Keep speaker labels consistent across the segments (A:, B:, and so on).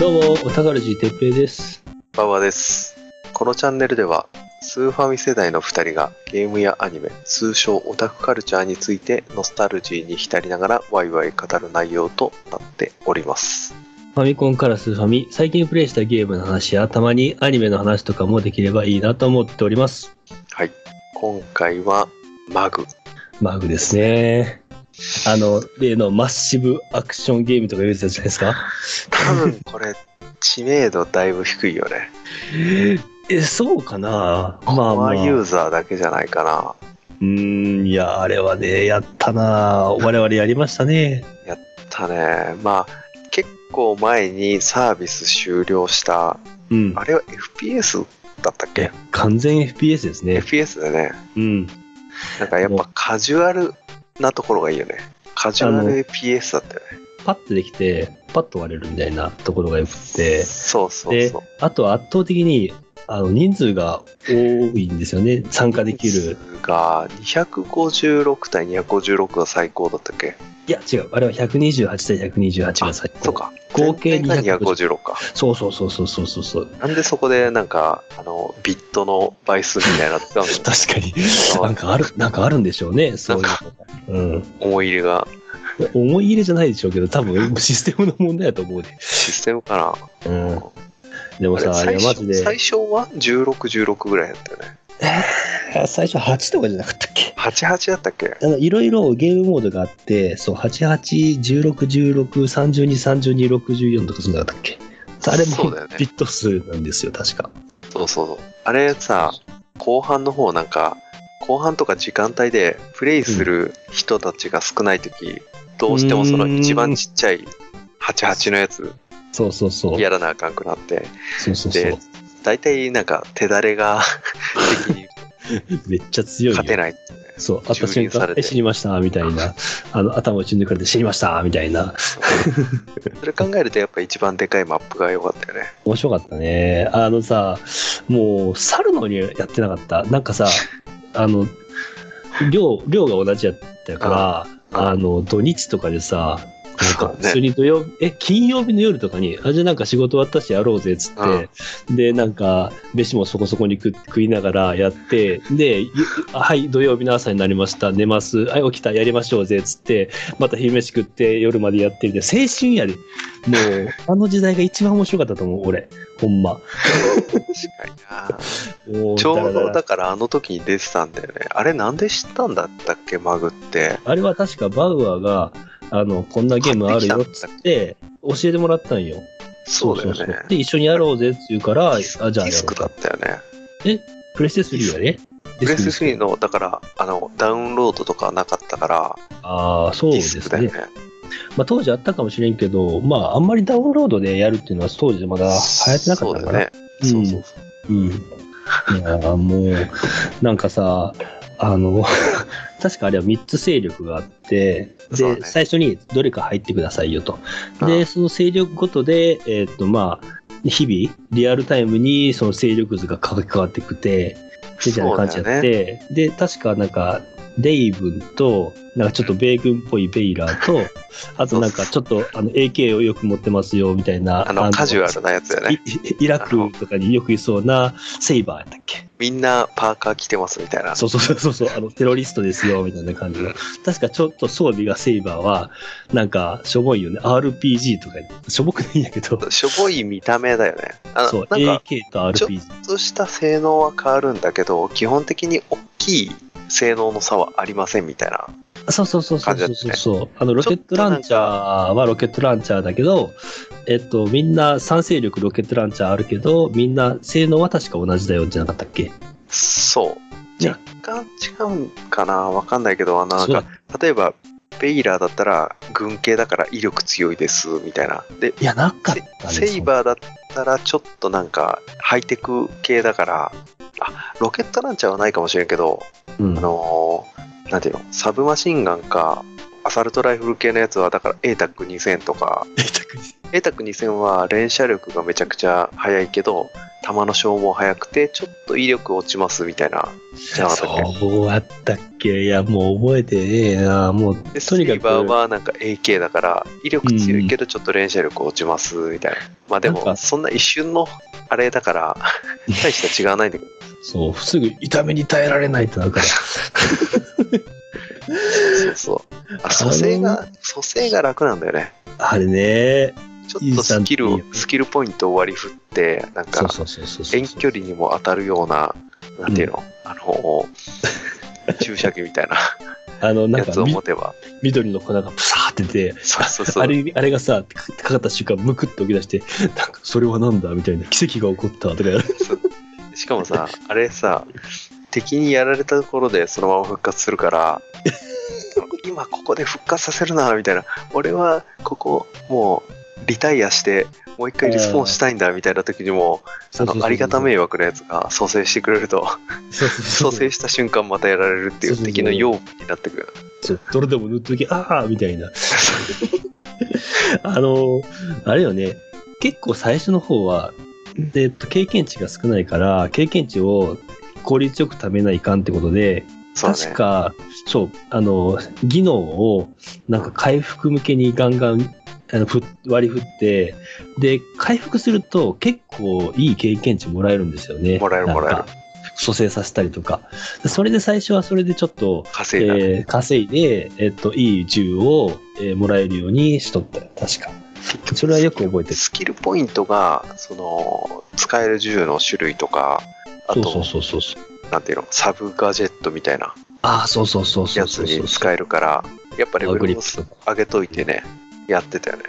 A: どうも、おたがるじてっぺいです。
B: 馬場ですこのチャンネルではスーファミ世代の2人がゲームやアニメ通称オタクカルチャーについてノスタルジーに浸りながらワイワイ語る内容となっております
A: ファミコンからスーファミ、最近プレイしたゲームの話や、たまにアニメの話とかもできればいいなと思っております。
B: はい今回はマグ
A: マグですね。あの、例のマッシブアクションゲームとか言うてたじゃないですか。
B: 多分これ知名度だいぶ低いよね
A: え、そうかな まあまあ。
B: コアユー
A: う
B: ザーだけじゃないかな
A: ーん、いや、あれはね、やったな我々やりましたね。
B: たねまあ結構前にサービス終了した
A: うん
B: あ。れは FPS だったっ
A: え
B: け、
A: 完全 FPS ですね。
B: FPS だよね
A: うん。
B: なんかやっぱカジュアルなところがいいよね。カジュア
A: あの
B: ル PS だったよね。
A: パッとできて、パッと割れるみたいなところがよくて。
B: そうそう
A: で
B: そう。、
A: あとは圧倒的にあの人数が多いんですよね、参加できる。。
B: が256対256が最高だったっけ
A: いや、違う、あれは128対128が最高。
B: そうか。
A: 合計
B: 全体が
A: 256
B: 256か。
A: そうそうそうそうそうそうそう。
B: なんでそこでなんか、あの、ビットの倍数みたいなの使うの
A: 確かに。なんかある、なんかあるんでしょうね、そういうのが。
B: 思い入れが
A: うん。思い入れじゃないでしょうけど、多分システムの問題だと思うで。
B: システムか
A: う
B: な。
A: ん。でもさ、あれ
B: 最
A: はマジ
B: 初
A: で、
B: 最初は16、16ぐらいだったよね。
A: 最初8とかじゃなかったっけ
B: 88だったっけ
A: あのいろいろゲームモードがあって、そう、88、16、16、32、32、64とかそんなのだったっけあれ
B: そ
A: も
B: うだよね
A: ビット数なんですよ、確か。
B: そうそうそう。あれさ、後半の方なんか、後半とか時間帯でプレイする人たちが少ないとき、どうしてもその一番ちっちゃい88のやつ
A: そうそうそう。
B: やらなあかんくなって、
A: そうそうそう
B: で。、大体なんか手だれ が敵に
A: めっちゃ強いよ。
B: 勝てない。
A: そう、会った
B: 蹂
A: 瞬
B: 躙さ
A: 間
B: れ、て
A: え、死にました、みたいな。あの、頭打ち抜かれて死にました、みたいな。
B: それ考えるとやっぱ一番でかいマップが良かったよね。
A: 面白かったね。あのさ、もう、去るのにやってなかった。なんかさ、あの、量、量が同じやったから、
B: うんうん
A: あの、土日とかでさ、なんか
B: そうね
A: 普通に土曜日、え、金曜日の夜とかに、あ、じゃあなんか仕事終わったしやろうぜ、っつって、で、なんか、飯もそこそこに食食いながらやって、で、ゆあはい、土曜日の朝になりました、寝ます、はい、起きた、やりましょうぜ、っつって、また昼飯食って夜までやってるで、青春やで。もう、あの時代が一番面白かったと思う、俺。ほんま。
B: 確かにな。
A: も
B: ちょう
A: だら
B: ど
A: だら
B: だからあの時に出てたんだよね。あれなんで知ったんだったっけ、マグって。
A: あれは確かバウアーが、あの、こんなゲームあるよっつって、教えてもらったんよ。
B: そうだよ
A: そ
B: ね。
A: で、一緒にやろうぜって言うから、あ、
B: デ
A: じゃあ
B: ィ
A: や
B: ス
A: ろ
B: ク
A: う
B: だ
A: か
B: っ。たよね。
A: プレステ3やね。
B: プレス
A: ディ
B: 3
A: ク
B: の、だから、あの、ダウンロードとかなかったから、
A: ああ、そう
B: デ
A: で
B: ィスク
A: す
B: だよ
A: ね。
B: ね。
A: まあ当時あったかもしれんけど、まああんまりダウンロードでやるっていうのは当時まだ流行ってなかったのかな。
B: そううんだよね。そうそうそう。
A: うん。いやーもう、なんかさ、あの、 確かあれは3つ勢力があって、
B: そう
A: で、
B: だね
A: 最初にどれか入ってくださいよと。
B: う
A: で、
B: ん
A: その勢力ごとで、えーっと、まあ、日々、リアルタイムにその勢力図が書き換わってくて、みたいな感じや
B: そうだ
A: っ
B: よね
A: て、で、確かなんか、レイブンと、なんかちょっと米軍っぽいベイラー と、あとなんかちょっとあの AK をよく持ってますよ、みたいな。
B: あの、カジュアルなやつだよね。
A: い イラクとかによくいそうなセイバーやったっけ
B: みんなパーカー着てますみたいな。
A: そうそうそうそうそうあのテロリストですよみたいな感じの確かちょっと装備がセイバーはなんかしょぼいよね RPG とかしょぼくないんやけど
B: しょぼい見た目だよね。あ
A: そう
B: の、なんか、
A: AK と RPG
B: ちょっとした性能は変わるんだけど、基本的に大きい性能の差はありませんみたいな。
A: そうそうそうそう
B: 感じだ
A: そう
B: った
A: そうそ
B: ね
A: うあのロケットランチャーはロケットランチャーだけどえっとみんな三勢力ロケットランチャーあるけどみんな性能は確か同じだよじゃなかったっけ
B: そう。
A: ね
B: 若干違うんかなわかんないけど、あの、なん
A: そうだ
B: か、例えば、ベイラーだったら、軍系だから威力強いです、みたいな。で、
A: いやなかったね
B: セセイバーだったら、ちょっとなんか、ハイテク系だから、あ、ロケットランチャーはないかもしれんけど、
A: ー、うん
B: あのーなんていうの、サブマシンガンか、アサルトライフル系のやつは、だから ATAC2000 とか、ATAC2000 は連射力がめちゃくちゃ速いけど、弾の消耗速くて、ちょっと威力落ちますみたいな。じゃなかったっけ
A: そうやったっけいや、もう覚えてねえな。もう、とにか
B: で、スリーバー
A: く、
B: はなんか AK だから、威力強いけどちょっと連射力落ちますみたいな。まあで
A: なん
B: も、
A: か
B: そんな一瞬のあれ だから、大した違わないんだけど。
A: そう、すぐ痛みに耐えられないってなるから。
B: そうそう。あ、蘇生が、蘇生が楽なんだよね。
A: あれね。
B: ちょっとスキル
A: いい
B: を
A: じゃ、ん
B: スキルポイントを割り振って、なん
A: そう
B: か、
A: そうそうそうそう。
B: 遠距離にも当たるような、なんていうの、あの、注射器みたいな
A: あの、 なん
B: や
A: か
B: つを
A: み
B: 持てば。
A: 緑の粉がプサーって出て、
B: そうそうそ
A: あ
B: う。
A: れあれがさ、かかった瞬間、むくっと起き出して、なんか、それはなんだみたいな、奇跡が起こったとかやる。
B: しかもさ、あれさ、敵にやられたところでそのまま復活す るから、今ここで復活させるな、みたいな。俺はここ、もう、リタイアして、もう一回リスポーンしたいんだ、みたいな時にも、あのありがた迷惑なやつが蘇生してくれ ると、
A: そうそうそ
B: 蘇
A: う。そう
B: 生した瞬間またやられるってい
A: そううそうそう
B: 敵の養分になってく る。
A: そうどれでも塗った時、ああみたいな。あの、あれよね、結構最初の方は、でえっと経験値が少ないから、経験値を効率よく貯めないかんってことで、
B: そうだ
A: 確
B: ね。
A: か、そう、あの、技能を、なんか回復向けにガンガン、あのふ割り振って、で、回復すると結構いい経験値もらえるんですよね。
B: もらえるもらえる
A: なんか。蘇生させたりとか。でそれで最初はそれでちょっと、
B: 稼いだ。
A: えー稼いで、えっと、いい銃を、えーもらえるようにしとったよ確か。それはよく覚えてる。
B: スキルポイントが、その、使える銃の種類とか、あ
A: そうそ
B: と
A: う、そうそうそう。
B: なんていうの、サブガジェットみたいな
A: ああ、そうそうそうそ
B: や
A: う
B: つ
A: そう
B: に使えるから、やっぱレベ
A: グリッ
B: ルを
A: プとか。
B: 上げといてね、やってたよね。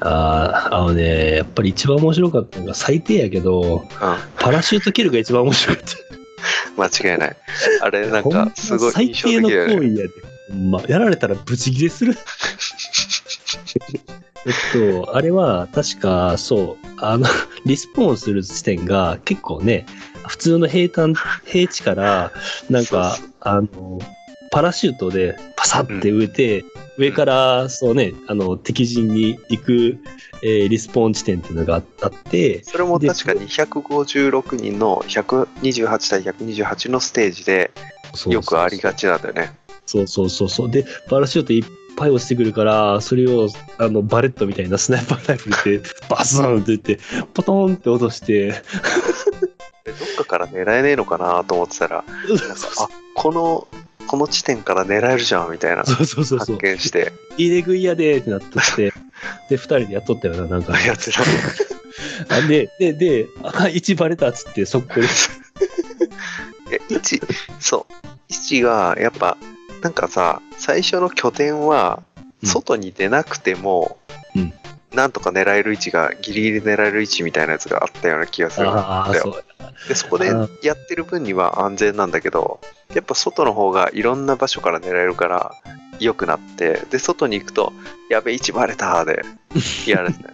A: ああ、あのね、やっぱり一番面白かったのが最低やけど、
B: うん、
A: パラシュートキルが一番面白かった。
B: 間違いない。あれ、なんか、すごい
A: 最
B: 印象
A: 低
B: 的
A: の行
B: だよね。
A: 為やで。ほんまやられたらブチギレする。 えっと、あれは確か、そう、あの、 リスポーンする地点が結構ね、普通の平坦、平地から、なんか
B: そうそ、
A: あの、パラシュートでパサって植えて、上から、そうね、あの、敵陣に行く、えーリスポーン地点っていうのがあって、
B: それも確か256人の128対128のステージで
A: そう
B: よくありがちなんだよね。
A: そうそうそうそう。で、パラシュートいっぱい落ちてくるから、それを、あの、バレットみたいなスナイパーライフルで、バスンって言って、ポトンって落として、
B: でどっかから狙えねえのかなと思ってたら、なんかあこのこの地点から狙えるじゃんみたいな
A: そうそうそうそ
B: 発
A: う。
B: 見して
A: 入れ食いやでーってなっとって、で、二人でやっとったよな、なんか。
B: やってる。
A: あで、で、で、赤1バレたっつって、速攻で。
B: え一そう一がやっぱなんかさ最初の拠点は
A: うん
B: 外に出なくても、
A: うん
B: なんとか狙える位置がギリギリ狙える位置みたいなやつがあったような気がする。
A: ああ、そう。
B: でそこで
A: あ
B: やってる分には安全なんだけどやっぱ外の方がいろんな場所から狙えるから良くなってで外に行くとやべ位置バレた でやられて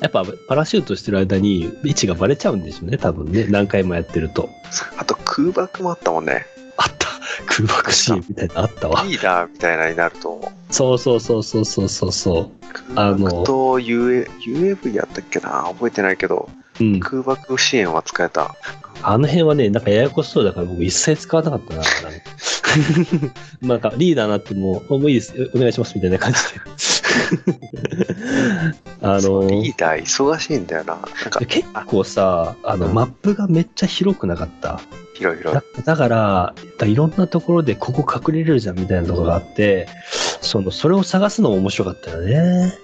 A: やっぱ、パラシュートしてる間に、位置がバレちゃうんでしょうね、多分ね。何回もやってると。
B: あと空爆もあったもんね
A: あった空爆シーンみたいなのあったわ。
B: リーダーみたいなになると思う
A: そうそうそうそうそうそうそあ
B: 空
A: の
B: 爆と UA UAV やったっけな覚えてないけど
A: う。うん。
B: 空爆支援は使えた
A: あの辺はね、なんかややこしそうだから僕一切使わなかったな。なんか なんかリーダーになっても、おもういいです、おお願いしますみたいな感じ で。あ
B: そうリ
A: の
B: ー、ダー忙しいんだよななんか
A: 結構さ、あの、
B: うん
A: マップがめっちゃ広くなかった。
B: 広々
A: だだから、だいろんなところでここ隠れれるじゃんみたいなところがあって、その、それを探すのも面白かったよね。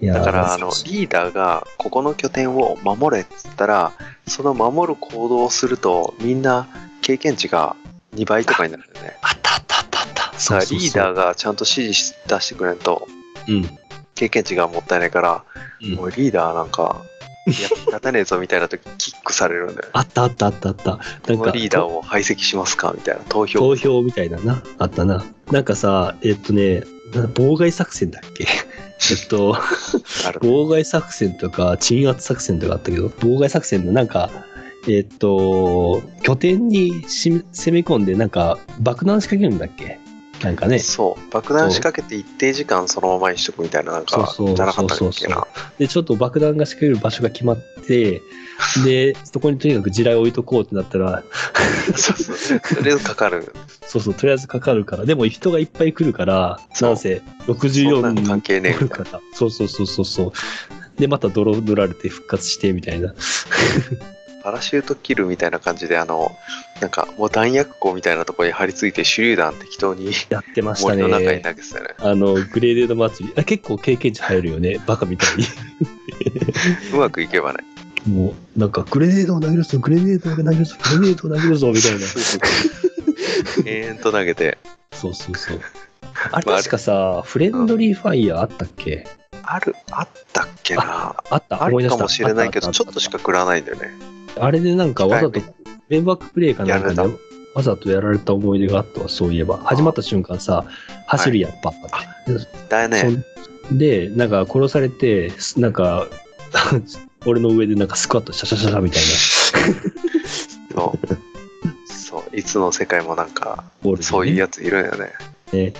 A: いやー
B: だからあの
A: そう
B: リーダーがここの拠点を守れっつったらその守る行動をするとみんな経験値が2倍とかになるよね
A: あったあったあったあった。
B: だからリーダ
A: ー。
B: ーがちゃんと指示し出してくれんと
A: うん。
B: 経験値がもったいないから
A: うん
B: もうリーダーなんかや立たねえぞみたいな時キックされるんだよね
A: あったあったあったあった。な
B: こ
A: んか
B: のリーダーを排斥しますかみたいな投票
A: 投票みたいなな、あったな。なんかさ、えっとね、な妨害作戦だっ けえっと、
B: ある
A: 妨害作戦とか鎮圧作戦とかあったけど、妨害作戦のなんか、えっと、拠点にし攻め込んで、なんか爆弾仕掛けるんだっけなんかね。
B: そう爆弾仕掛けて一定時間そのままにしとくみたいななんか
A: そうそう
B: じゃなかったっけな
A: で、ちょっと爆弾が仕掛ける場所が決ま って、で、そこにとにかく地雷を置いとこうってなったら、
B: そうそうとりあえずかかる
A: そうそう、とりあえずかかるから。でも人がいっぱい来るから、
B: そう
A: なんせ
B: そんな
A: 64
B: の関
A: 人
B: 係ねえ
A: 来る
B: みたい
A: か
B: な
A: ら。そうそうそうそうそう。で、また泥塗られて復活してみたいな。
B: パラシュートキルみたいな感じであのなんかもう弾薬庫みたいなところに張り付いて手榴弾適当に
A: やってました
B: 森の中に
A: ね。
B: 投げてたよね
A: あの、グレーデード祭り。あ結構経験値入るよね。バカみたいに。
B: うまくいけばね
A: もう、なんか、グレネードを投げるぞ、グレネードを投げるぞ、グレネードを投げるぞ、みたいな。
B: 永遠と投げて
A: そうそうそう。あれ
B: まあ
A: 確かさ、フレンドリーファイヤーあったっけ
B: あるあったっけな
A: あった
B: あ
A: 思い
B: る
A: 出
B: か
A: した。
B: もしれないけど
A: あ
B: ち
A: た
B: ょっとしか食らわないんだよね
A: あれでなんかわざと
B: 一回、
A: レンバックプレイかなんか
B: やら
A: で、わざとやられた思い出があったわ、そういえば。始まった瞬間さ、走るやん、パッパって。
B: だよね
A: そんで、なんか殺されて、すなんか、 俺の上でなんかスクワットシャシャシャシャみたいな
B: そうそういつの世界もなんか
A: ボールでね
B: そういうやついるんよね
A: ね。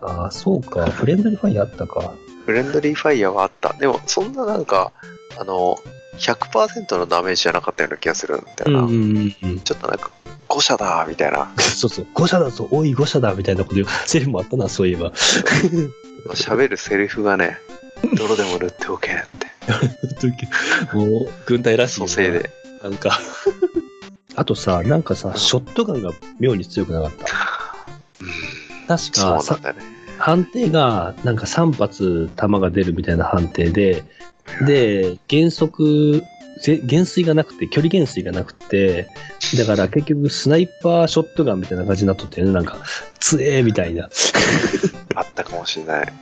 A: ああ、そうか。フレンドリーファイヤーあったか。
B: フレンドリーファイヤーはあったでもそんななんかあの100%のダメージじゃなかったような気がするんだよ
A: ん
B: な、
A: うん。
B: ちょっとなんか誤射だみたいな
A: そうそう。誤射だぞ、おい誤射だ、みたいなこと言う。セリフもあったな、そういえば。
B: 喋るセリフがね泥でも塗っておけって
A: もう、軍隊らしいよ
B: 蘇
A: な
B: 生 で
A: なんか。あとさ、なんかさ、ショットガンが妙に強くなかった。
B: うん
A: 確
B: そう
A: か、
B: な
A: さ
B: んだね
A: 判定が、なんか3発弾が出るみたいな判定で、で、減速、ぜ減衰がなくて、距離減衰がなくて、だから結局スナイパーショットガンみたいな感じになっとってね、なんか、つえーみたいな。
B: あったかもしれない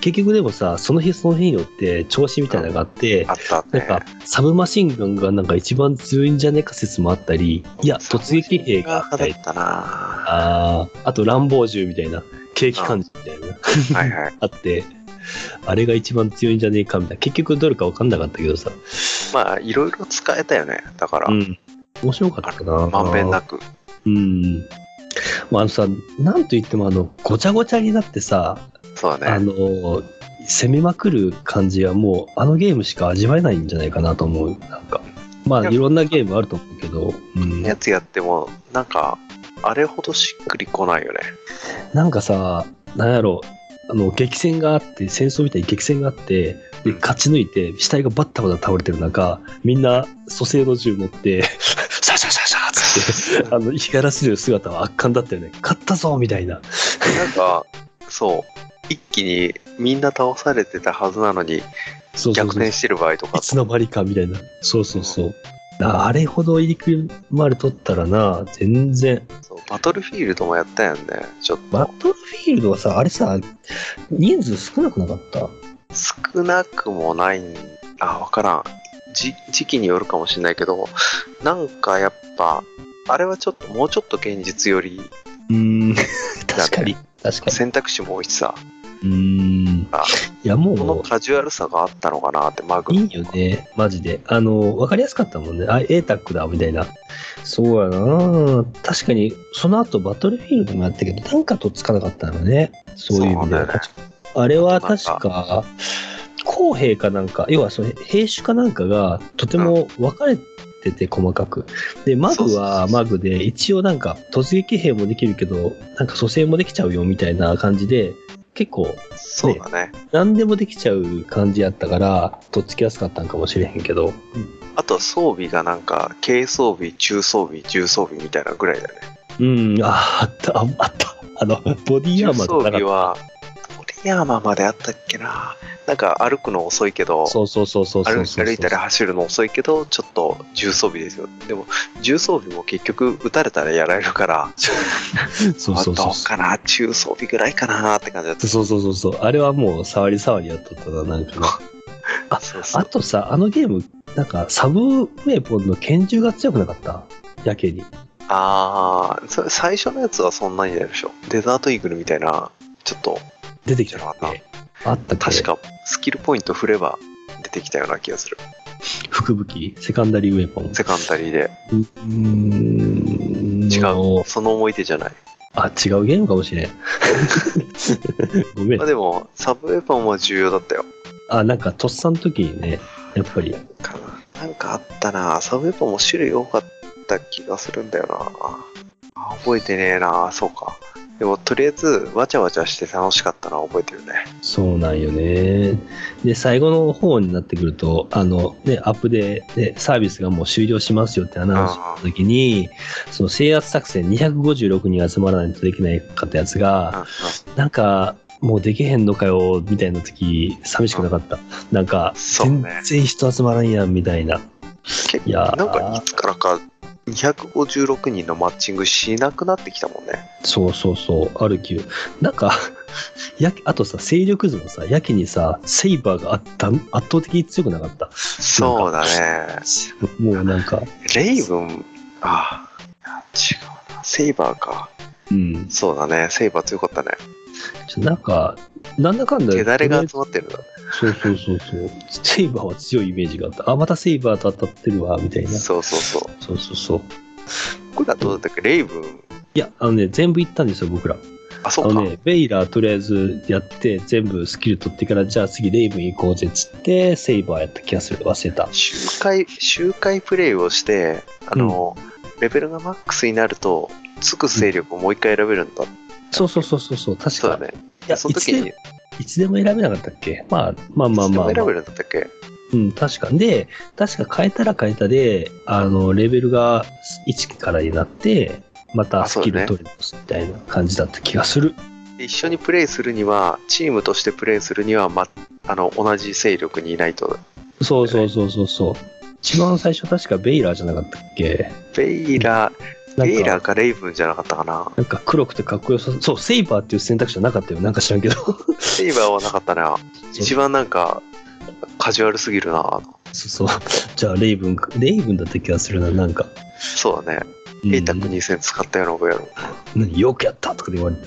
A: 結局でもさ、その日その日によって調子みたいなのがあって
B: あ、った
A: なん
B: ね
A: か、サブマシンガンがなんか一番強いんじゃねえか説もあったり、いや、突撃兵があった
B: だっ
A: り、
B: たな
A: あーあと乱暴銃みたいな、景気感じみたいな、
B: はいはい
A: あって、あれが一番強いんじゃねえかみたいな、結局どれか分かんなかったけどさ、
B: まあいろいろ使えたよねだから、
A: うん。面白かったな。
B: まんべんなく
A: うん。まあ、あのさ、なんといってもあの、ごちゃごちゃになってさ、
B: そう
A: あ
B: だね
A: の、攻めまくる感じはもう、あのゲームしか味わえないんじゃないかなと思う。なんか。ま
B: い
A: あ、
B: や
A: いろんなゲームあると思うけど、うん。
B: やつやってもなんかあれほどしっくり こないよね
A: なんかさ、なんやろう、あの、激戦があって、戦争みたいに激戦があって、で、勝ち抜いて、死体がバッタバタ倒れてる中、みんな、蘇生の銃持って、 シャシャシャシャーっつって、 あの光らせる姿は圧巻だったよね。勝ったぞみたいな。
B: なんかそう一気にみんな倒されてたはずなのに
A: そうそう
B: 逆
A: そう
B: 転してる場合とか
A: いつの間にかみたいな。そうそうそう。ああれほど入り組まれとったらな、全然。
B: そうバトルフィールドもやったよねちょっ
A: バ
B: と
A: トルフィールドはさ、あれさ、人数少なくなかった
B: 少なくもないんあ分からんじ時期によるかもしれないけどなんかやっぱあれはちょっともうちょっと現実より
A: うん。 確かに。確かに。
B: 選択肢も多いしさ
A: うーん。い
B: あ
A: や、
B: この
A: も
B: カジュアルさがあったのかなってマグ
A: う、
B: の
A: いいよね。マジで。あの、わかりやすかったもんね。あ、A タックだ、みたいな。そうやな確かに、その後バトルフィールドもやったけど、なんかとっつかなかったのね。そういう意
B: そう
A: 味で
B: だよ
A: は。
B: ね
A: あれは確か、公平かなんか、要はその兵種かなんかがとても分かれてて細かく。で、マ
B: そう
A: グ
B: そうそう
A: はマグで、一応なんか突撃兵もできるけど、なんか蘇生もできちゃうよみたいな感じで、結構
B: そうだね
A: 何でもできちゃう感じやったから、とっつきやすかったんかもしれへんけど。
B: あとは装備がなんか軽装備中装備重装備みたいなぐらいだよね
A: うん、ああった、ああった。あの、ボディア
B: 重
A: ーマーと
B: 装
A: かな
B: 備
A: かっ
B: はボディアーマーまであったっけななんか歩くの遅いけど
A: た。そうそうそうそうそうそう
B: 歩歩いたり走るの遅いけどちょっと重装備ですよでも重装備も結局撃たれたらやられるから
A: そうそうそ
B: ま
A: う
B: あどうかな中装備ぐらいかなって感じだった
A: そうそうそうそう。あれはもう、触り触りやっとったな、なんかな。あ
B: そうそう
A: あとさ、あのゲーム、なんか、サブウェポンの拳銃が強くなかったやけに。
B: あーそ最初のやつはそんなにないでしょデザートイーグルみたいなちょっと
A: 出てきちゃったっけあったっけ
B: 確。かスキルポイント振れば出てきたような気がする
A: 福武器、セカンダリーウェポン。
B: セカンダリーで
A: うーん。
B: 違
A: 違
B: うその思い出じゃない
A: あ、違うゲームかもしれん。ごめん
B: まあ。でも、サブウェポンも重要だったよ。
A: あ、なんか、とっさの時にね、やっぱり、
B: かな。なんかあったな。サブウェポンも種類多かった気がするんだよな。あ覚えてねえな。そうか。でも、とりあえず、わちゃわちゃして楽しかったのは覚えてるね。
A: そうなんよね。で、最後の方になってくると、あの、ね、アップで、ね、サービスがもう終了しますよってアナウンスの時に、その制圧作戦256人集まらないとできないかったやつ
B: うん
A: が、
B: うん
A: なんか、もうできへんのかよ、みたいな時、寂しくなかった。なんか、
B: そう
A: 全
B: ね。
A: 然人集まらんやん、みたいな。
B: 結
A: いや
B: 構、
A: ー
B: なんかいつからか256人のマッチングしなくなってきたもんね。
A: そうそうそう、るきゅうなんか、 やけあとさ、勢力図もさ、やけにさ、セイバーがあった圧倒的に強くなかった。
B: そうだね。
A: もうなんか、
B: レイブン、ああ、違うな。セイバーか。
A: うん、
B: そうだね。セイバー強かったね。
A: ちょなんか、なんだかんだ、
B: 手だれが
A: と
B: 集まってるんだ。
A: りあえずそうそうそうそう、セイバーは強いイメージがあった。あ、またセイバーと当たってるわ、みたいな。そ
B: そうそうそう。
A: うそうそう。
B: 僕らどうだったっけレイブン。
A: いや、あのね、全部行ったんですよ、僕ら。
B: あ、
A: あ
B: そうか。
A: のね、ベイラーとりあえずやって、全部スキル取ってから、じゃあ次レイブン行こうぜっつって、セイバーやった気がする。忘れた。
B: 周回、周回プレイをして、あの、レベルがマックスになると、つく勢力をもう一回選べるんだ。
A: そうそうそうそうそう、確
B: そう
A: か
B: だ。ね。
A: いや、
B: その時に、
A: いつでもいつでも選べなかったっけ、まあ、まあまあまあ、
B: いつでも
A: ま
B: 選
A: あ
B: べるんだったっけ
A: うん、確か。で、確か変えたら変えたで、あの、レベルが1からになって、また
B: あそ
A: ス
B: うだ
A: キ
B: ね
A: ル取りますみたいな感じだった気がする。
B: 一緒にプレイするにはチームとしてプレイするには、ま、あの同じ勢力にいないと
A: そうそうそうそうそう。一番最初確かベイラーじゃなかったっけ
B: ベイラー
A: なん
B: ベイラー
A: か、
B: かレイブンじゃなかったかな
A: なんか黒くてかっこよさそう、そう、セイバーっていう選択肢はなかったよ。なんか知らんけど。
B: セイバーはなかったな 一番なんかカジュアルすぎるな
A: そうそう。じゃあ、レイブンか、レイブンだった気がするな、なんか。
B: そうだね
A: うん
B: ペイタック2000使ったような覚えやろ
A: 何よくやったとかで 言われて。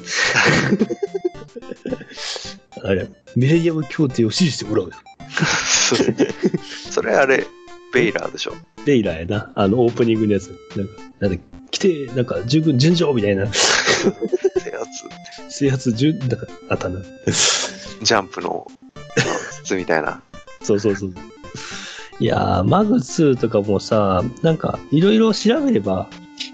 A: あれ、ミレニアム協定を支持してもらうよ。
B: それあれベイラーでしょ
A: レイラーやな、あの、オープニングのやつ。なんか、なんだっけ来て、なんか、十分順調みたいな、
B: ってや
A: 制圧順、なんか、あったな。
B: つジャンプの筒みたい な
A: そうそうそう。いやー、マグ2とかもさ、なんか、いろいろ調べれば、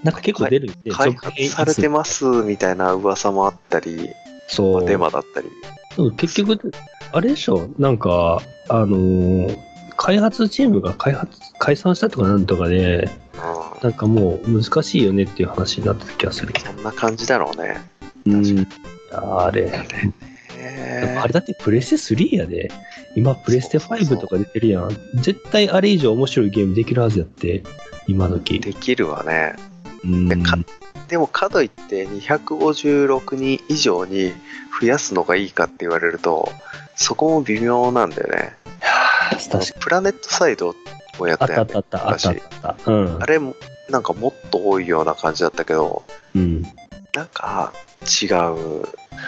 A: なんか結構出るんで、
B: 開
A: 続編
B: 発されてますみたいな噂もあったりま
A: そ
B: あ
A: う。
B: デマだったり
A: でも結局、あれでしょ、なんか、あのー開発チームが開発解散したとかなんとかで、
B: うん
A: なんかもう難しいよねっていう話になった気がする。
B: そんな感じだろうね
A: うん、
B: 確
A: いやあれ、
B: へー
A: あれだってプレステ3やで、今プレステ5とか出てるやん。絶対あれ以上面白いゲームできるはずやって、今時。
B: できるわね
A: うん
B: でかでもかといって256人以上に増やすのがいいかって言われるとそこも微妙なんだよね
A: 確かに。
B: プラネットサイドもやっ
A: あったたあっ
B: よね
A: たあったあったあった。うん
B: あ。れもなんかもっと多いような感じだったけど
A: うん
B: なんか違うんだよ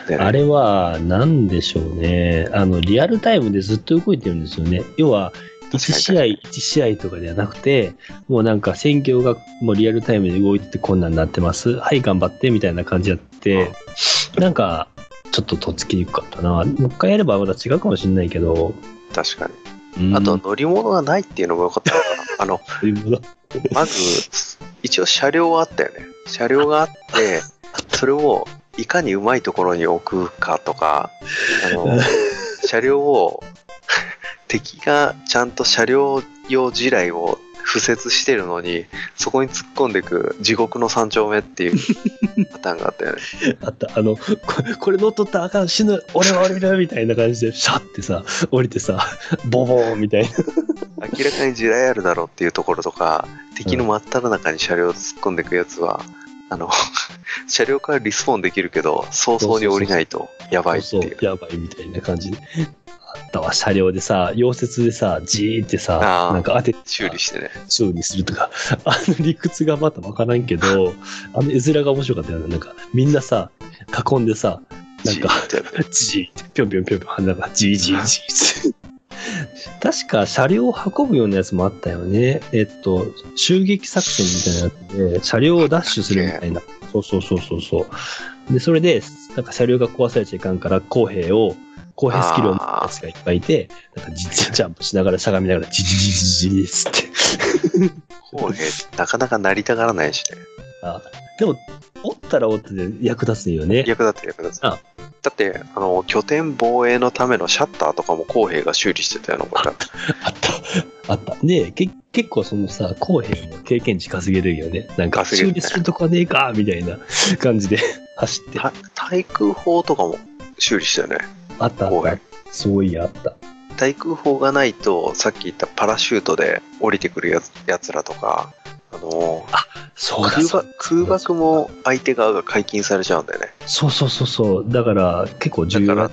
B: ね
A: あれは何でしょうねあのリアルタイムでずっと動いてるんですよね要は1試合1試合とかではなくてもうなんか戦況がもうリアルタイムで動いててこんなんなってますはい頑張ってみたいな感じやってなんかちょっととっつきにくかったなもう一回やればまた違うかもしれないけど、
B: 確かに
A: うん
B: あと乗り物がないっていうのも良かったのかな あの
A: 乗り物
B: まず一応車両はあったよね車両があってそれをいかにうまいところに置くかとかあ の車両を 敵がちゃんと車両用地雷を敷設してるのにそこに突っ込んでいく地獄の三丁目っていうパターンがあったよね
A: あったあのここれ乗っ取ったらあかん死ぬ俺は俺だみたいな感じでシャッてさ降りてさボボーンみたいな
B: 明らかに地雷あるだろうっていうところとか敵の真っ只中に車両を突っ込んでいくやつは、あの 車両からリスポーンできるけど早々に降りないとやばいって
A: そう
B: いう
A: そうやばいみたいな感じであったわ車両でさ溶接でさじーってさ
B: あー
A: なんか当てて
B: 修理してね
A: 修理するとかあの理屈がまたわからんけどあの絵面が面白かったよねなんかみんなさ囲んでさなん
B: じー
A: か
B: ってやる
A: じーってぴょんぴょんぴょんぴょんなんかじーじーじーって確か車両を運ぶようなやつもあったよね。えっと、襲撃作戦みたいなやつで、車両をダッシュするみたいな。そうそうそうそうそう。で、それで、なんか車両が壊されちゃいかんから、公平を、公平スキルを持ったやつがいっぱいいて、なんかジジジャンプしながらしゃがみながら、ジジジジジジつって。
B: 公平、なかなかなりたがらないしね。
A: あでも、おったらおってで役立つよね。
B: 役立って役立つ。だ
A: あ
B: って、あの、拠点防衛のためのシャッターとかも公平が修理してたようなことだ
A: あった。あった。で、け結構そのさ、公平の経験値稼げるよね。なんか、
B: 稼げ
A: 修
B: るね
A: 理するとこはねえかみたいな感じで 走って。あ
B: た対空砲とかも修理したよね。
A: ったあ
B: 公
A: っ
B: 平
A: た。そういや、あった。
B: 対空砲がないと、さっき言ったパラシュートで降りてくるやつやつらとか、あの、
A: そうだ
B: 空
A: そ
B: 爆
A: う
B: 空爆も相手側が解禁されちゃうんだよね。
A: そうそうそうそう。だから、結構重
B: だ
A: 要
B: か
A: な
B: ら。、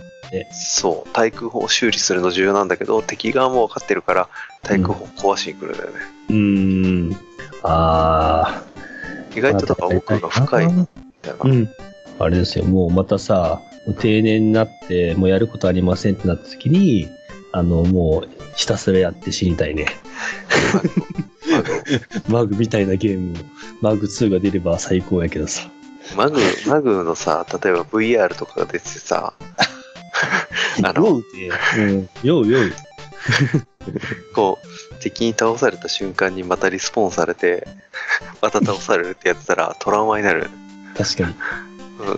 B: そう、対空砲を修理するの重要なんだけど、敵側も分かってるから、対空砲壊しに来るんだよね。
A: うーん。ああ。
B: 意外とだから奥が深いみたいな。
A: うん。あれですよ、もうまたさ、定年になって、もうやることありませんってなった時に、あの、もう、ひたすらやって死にたいね。
B: マグ
A: マグみたいなゲームを、マグ2が出れば最高やけどさ。
B: マグ、マグのさ、例えば VR とかが出ててさ、あの
A: ようて、うん、ようよう。
B: こう、敵に倒された瞬間にまたリスポーンされて、 また倒されるってやってたらトラウマになる。
A: 確かに。
B: うん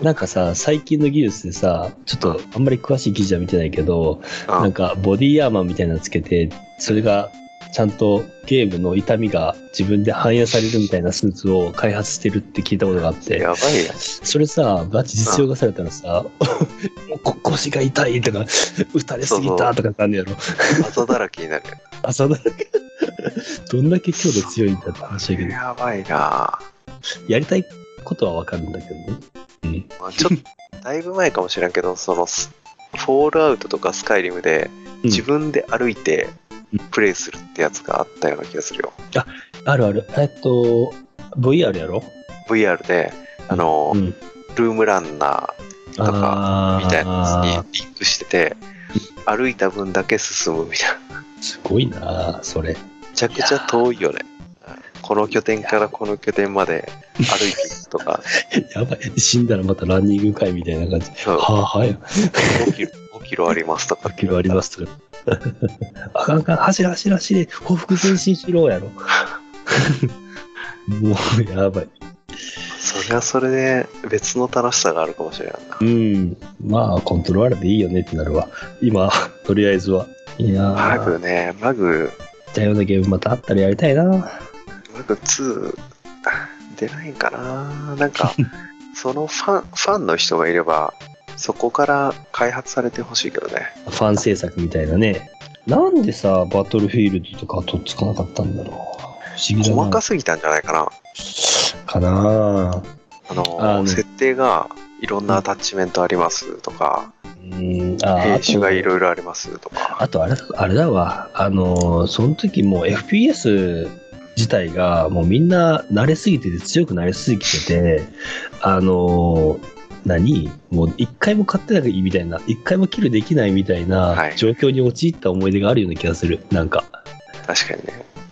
A: なんかさ、最近の技術でさ、ちょっとあんまり詳しい記事は見てないけど、なんかボディアーマーみたいなのつけて、それがちゃんとゲームの痛みが自分で反映されるみたいなスーツを開発してるって聞いたことがあっ
B: うん
A: て。
B: やばいやん。
A: それさ、ガチ実用化されたらさ、 こ腰が痛いとか、打たれすぎたとかなんやろ。
B: 謎だらけになるや
A: 朝だらけ。どんだけ強度強いんだって話だけ
B: ん。
A: ど、
B: やばいな
A: やりたいことはわかるんだけどね。うん。
B: まあちょっと、だいぶ前かもしれんけど、その、スフォールアウトとかスカイリムで、自分で歩いて
A: うん、
B: プレイするってやつがあったような気がするよ。
A: あるある。えっと、VR やろ
B: VR で、あの、
A: ん。
B: ルームランナと
A: あ
B: ーみたいなや
A: ー
B: つにリンクしてて、歩いた分だけ進むみたいな。
A: すごいなそれ。
B: めちゃくちゃ遠いよね。この拠点からこの拠点まで歩いていくとか、
A: やばい。死んだらまたランニング会みたいな感じ。
B: そう
A: はあ、はい。
B: 5キロ、5キロありますとか。
A: 5キロありますとか。 あかんあかん、走れ走れ走れ、報復前進しろや ろ。もうやばい。
B: それはそれで別の楽しさがあるかもしれないな。
A: うん。まあ、コントローラーでいいよねってなるわ。今、とりあえずは。いや
B: マ
A: ー、
B: グね、マグ、
A: 似たようなゲームまたあったらやりたいな。
B: マグ2出ないんかなな んか、そのファン、ファンの人がいれば、そこから開発されてほしいけどね。
A: ファン制作みたいなね。なんでさ、バトルフィールドとかとっつかなかったんだろう。不思議だな。
B: 細かすぎたんじゃないかな。
A: かな
B: あの
A: あの
B: 設定がいろんなアタッチメントありますとか、
A: うん、あー
B: 兵種がい。
A: あと
B: ろいろありますとか、
A: あとあれだあれだわ、あのーその時もう FPS 自体がもうみんな慣れすぎてて強くなれすぎてて、あのー何もう一回も勝ってないみたいな、一回もキルできないみたい
B: は
A: ない状況に陥った思い出があるような気がする、なんか。
B: 確か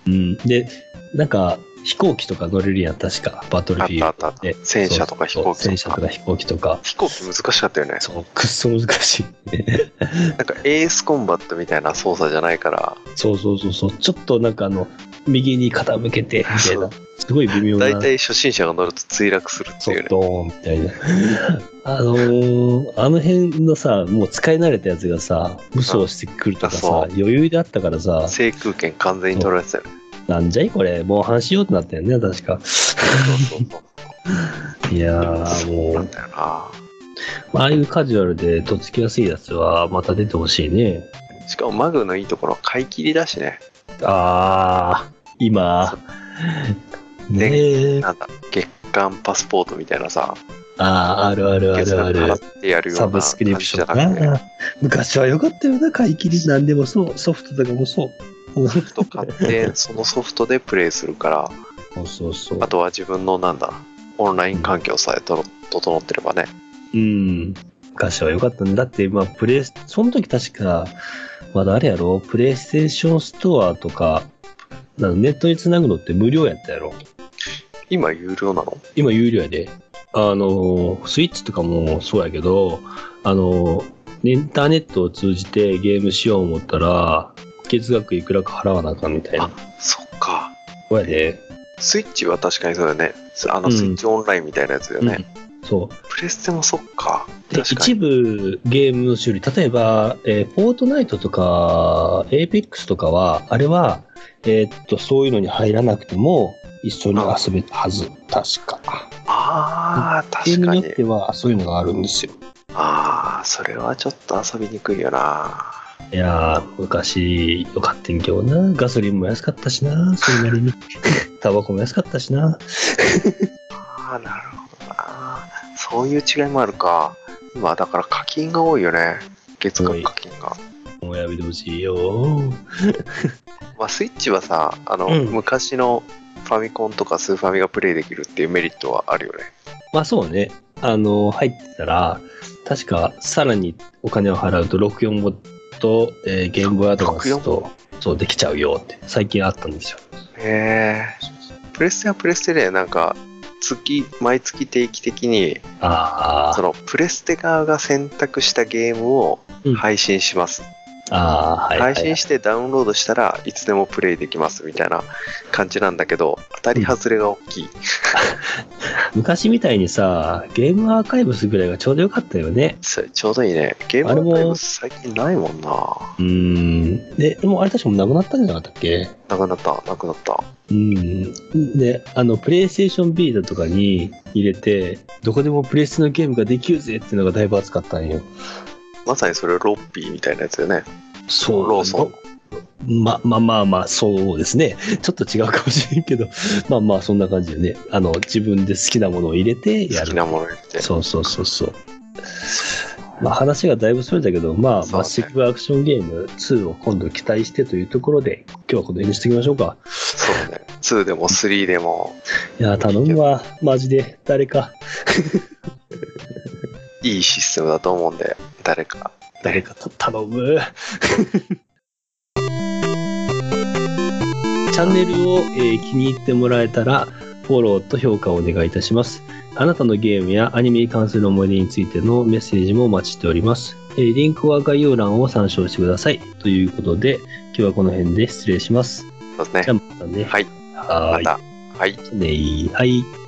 B: にね、
A: うん。で、なんか飛行機とか乗れるやん、確か、バトル
B: あ
A: フ
B: っ
A: ィール
B: たあ
A: ド
B: ったあった
A: で。
B: 戦車とか飛
A: そう
B: 行機
A: 戦
B: と
A: 車
B: か
A: と。か飛行機とか。
B: 飛行機難しかったよね。
A: そう、くっそ難しい。
B: なんかエースコンバットみたいな操作じゃないから、
A: そうそうそうそう、ちょっとなんかあの、右に傾け て、みたい
B: そう
A: な。すごい微妙な。
B: 大体初心者が乗ると墜落するって
A: そ
B: いう
A: う、
B: ね。
A: ドーンみたいな。 あのーあの辺のさ、もう使い慣れたやつがさ、武装してくるとかさ、
B: うんあそう
A: 余裕であったからさ、
B: 制空権完全に取られてたよね。
A: なんじゃいこれ、防犯しようってなったよね、確か。
B: そうそう
A: いやー、
B: そう。
A: も
B: なん
A: う、
B: だよな。
A: ああいうカジュアルでとっつきやすいやつは、また出てほしいね。
B: しかもマグのいいところは買い切りだしね。
A: あー、今、ねえ、
B: なんだ、月間パスポートみたいなさ、
A: あー、あるあるあ
B: 月
A: る
B: 額
A: ある。
B: 払ってやるような
A: サブ
B: 感
A: スクリプ
B: じ
A: シ
B: じゃな
A: ョン
B: くて、
A: な。昔は良かったよな、買い切り。なんでもそう。ソフトとかもそう。
B: ソフト買って、そのソフトでプレイするから、
A: そうそうそう
B: あ。とは自分のなんだ、オンライン環境さえとろ整ってればね、
A: うん。昔は良かったんだって、まあ、プレイス、その時確か、まだあれやろ、プレイステーションストアとか、なんかネットにつなぐのって無料やったやろ。
B: 今有料なの
A: 今有料やで。あの、スイッチとかもそうやけど、あの、インターネットを通じてゲームしよう思ったら、月額いくらか払わなあかんみたいな
B: あ。そっか
A: そうやで。
B: スイッチは確かにそうだよねあ
A: う
B: の
A: ん
B: スイッチオンラインみたいなやつだよね、
A: うんそう。
B: プレステもそっか
A: で
B: 確か
A: 一
B: に
A: 部ゲームの種類、例えば、えーフォートナイトとか、エイペックスとかは、あれは、えーっと、そういうのに入らなくても、一緒に遊べたはず、確か。
B: ああ
A: ゲー
B: 確
A: ム
B: か
A: によ
B: に
A: っては、そういうのがあるんですよ。
B: ああそれはちょっと遊びにくいよない
A: やー、昔、よかったんけどな。ガソリンも安かったしな、それなりに。 タバコも安かったしな。
B: ああなるほどなそういう違いもあるか今だから課金が多いよね月額課金が
A: もうやめてほしいよ。
B: まあスイッチはさあの、
A: うん
B: 昔のファミコンとかスーファミがプレイできるっていうメリットはあるよね
A: まあそうね。あの、入ってたら、確かさらにお金を払うと64ボと、えーゲームボーイアドバンスと、そうできちゃうよって、最近あったんですよ。
B: へえプレステはプレステでなんか月毎月定期的に
A: あ
B: そのプレステ側が選択したゲームを
A: うん
B: 配信します、
A: あ、ああ、はい、はい。
B: 配信してダウンロードしたらいつでもプレイできますみたいな感じなんだけど当たり外れが大きい、
A: 昔みたいにさ、ゲームアーカイブスぐらいがちょうどよかったよね。
B: それちょうどいいねゲームアーカイブス最近ないもんな
A: うーん。で、でもあれ確かもうなくなったんじゃなかったっけ
B: なくなったなくなった
A: うん。で、あの、プレイステーションビータとかに入れて、どこでもプレステのゲームができるぜっていうのがだいぶ熱かったんよ。
B: まさにそれロッピーみたいなやつよね
A: そう。
B: ローソン
A: ま、まあまあまあ、そうですね。ちょっと違うかもしれんけど、まあまあ、そんな感じでね。あの、自分で好きなものを入れてや
B: 好
A: る。
B: きなもの入れて
A: そうそうそうそう。まあ、話がだいぶそれだけど、まあ、
B: そうね
A: マッシブアクションゲーム2を今度期待してというところで、今日はこの辺にしていきましょうか。
B: そうね2でも3でも
A: いやー、頼むわ。マジで、誰か、
B: いいシステムだと思うんで誰か
A: 誰かと頼む。 チャンネルを、えー気に入ってもらえたら、フォローと評価をお願いいたします。あなたのゲームやアニメに関する思い出についてのメッセージもお待ちしております。えーリンクは概要欄を参照してください。ということで、今日はこの辺で失礼します。
B: そうですね
A: じゃあまたね。
B: はい
A: は
B: ま
A: ーい。
B: たはい
A: ねーはい。